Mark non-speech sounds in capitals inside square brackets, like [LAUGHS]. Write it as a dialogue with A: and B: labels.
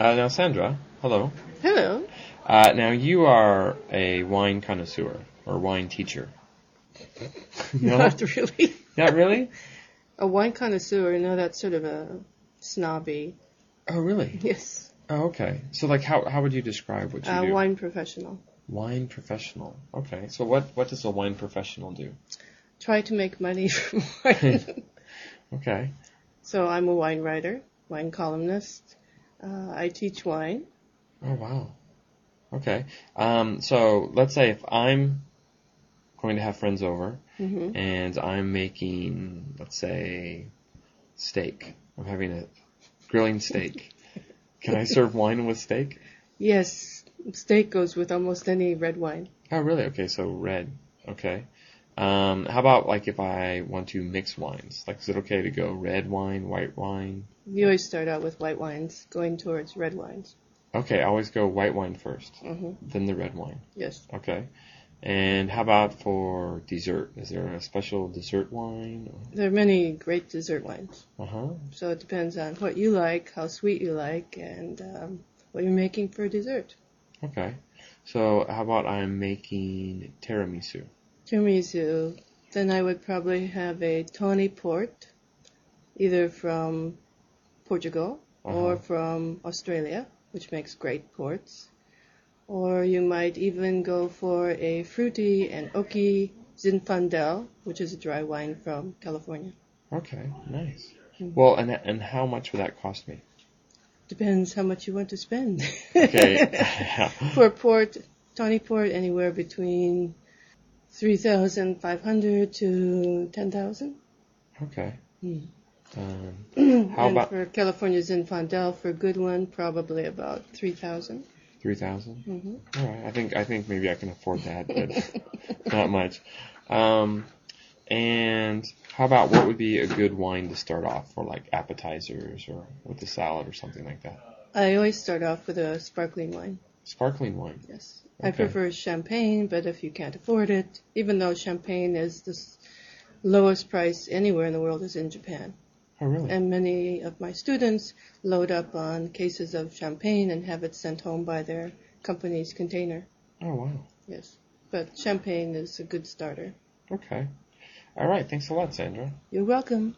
A: Uh, now, Sandra, hello.
B: Hello.
A: Uh, now, you are a wine connoisseur or wine
B: [LAUGHS]
A: teacher. No?
B: Not really.
A: [LAUGHS] Not really?
B: A wine connoisseur, no, that's sort of a snobby.
A: Oh, really?
B: Yes.
A: Oh, okay. So, like, how, how would you describe what you
B: A
A: do?
B: Uh, wine professional.
A: Wine professional. Okay. So, what, what does a wine professional do?
B: Try to make money [LAUGHS] from [LAUGHS] wine.
A: Okay.
B: so I'm a wine writer, wine columnist. Uh, I teach wine.
A: Oh, wow. Okay. Um, so, let's say if I'm going to have friends over
B: hmm
A: and I'm making, let's say, steak. I'm having a grilling steak. Can I serve wine with steak?
B: Yes, steak goes with almost any red wine.
A: Oh, really? Okay, so red. Okay. Um, how about like if I want to mix wines? Like, is it okay to go red wine, white wine?
B: You always start out with white wines, going towards red wines.
A: Okay, I always go white wine first,
B: hmm
A: then the red wine.
B: Yes.
A: Okay. And how about for dessert? Is there a special dessert wine?
B: There are many great dessert wines.
A: Uh huh.
B: So it depends on what you like, how sweet you like, and um, what you're making for dessert.
A: Okay. So how about I'm making tiramisu?
B: Tiramisu. Then I would probably have a Tawny Port, either from Portugal or
A: Uh-huh.
B: from Australia, which makes great ports. Or you might even go for a fruity and oaky Zinfandel, which is a dry wine from California.
A: Okay, nice.
B: Mhm.
A: Well, and and how much would that cost me?
B: Depends how much you want to spend. [LAUGHS]
A: Okay. [LAUGHS]
B: for a port, Tawny Port, anywhere between 3,500 to 10,000.
A: okay.
B: Hmm.
A: Um,
B: [CLEARS THROAT] and
A: about-
B: for California Zinfandel, for a good one, probably about 3,000.
A: Three thousand.
B: hmm
A: All right. I think I think maybe I can afford that, but [LAUGHS] not much. Um, and how about what would be a good wine to start off for, like appetizers or with a salad or something like that?
B: I always start off with a sparkling wine,
A: Sparkling wine.
B: yes. I
A: Okay.
B: prefer champagne, but if you can't afford it, even though champagne is the s- lowest price anywhere in the world is in Japan.
A: Oh, really?
B: And many of my students load up on cases of champagne and have it sent home by their company's container.
A: oh, wow.
B: Yes. But champagne is a good starter.
A: Okay. All right. Thanks a lot, Sandra.
B: You're welcome.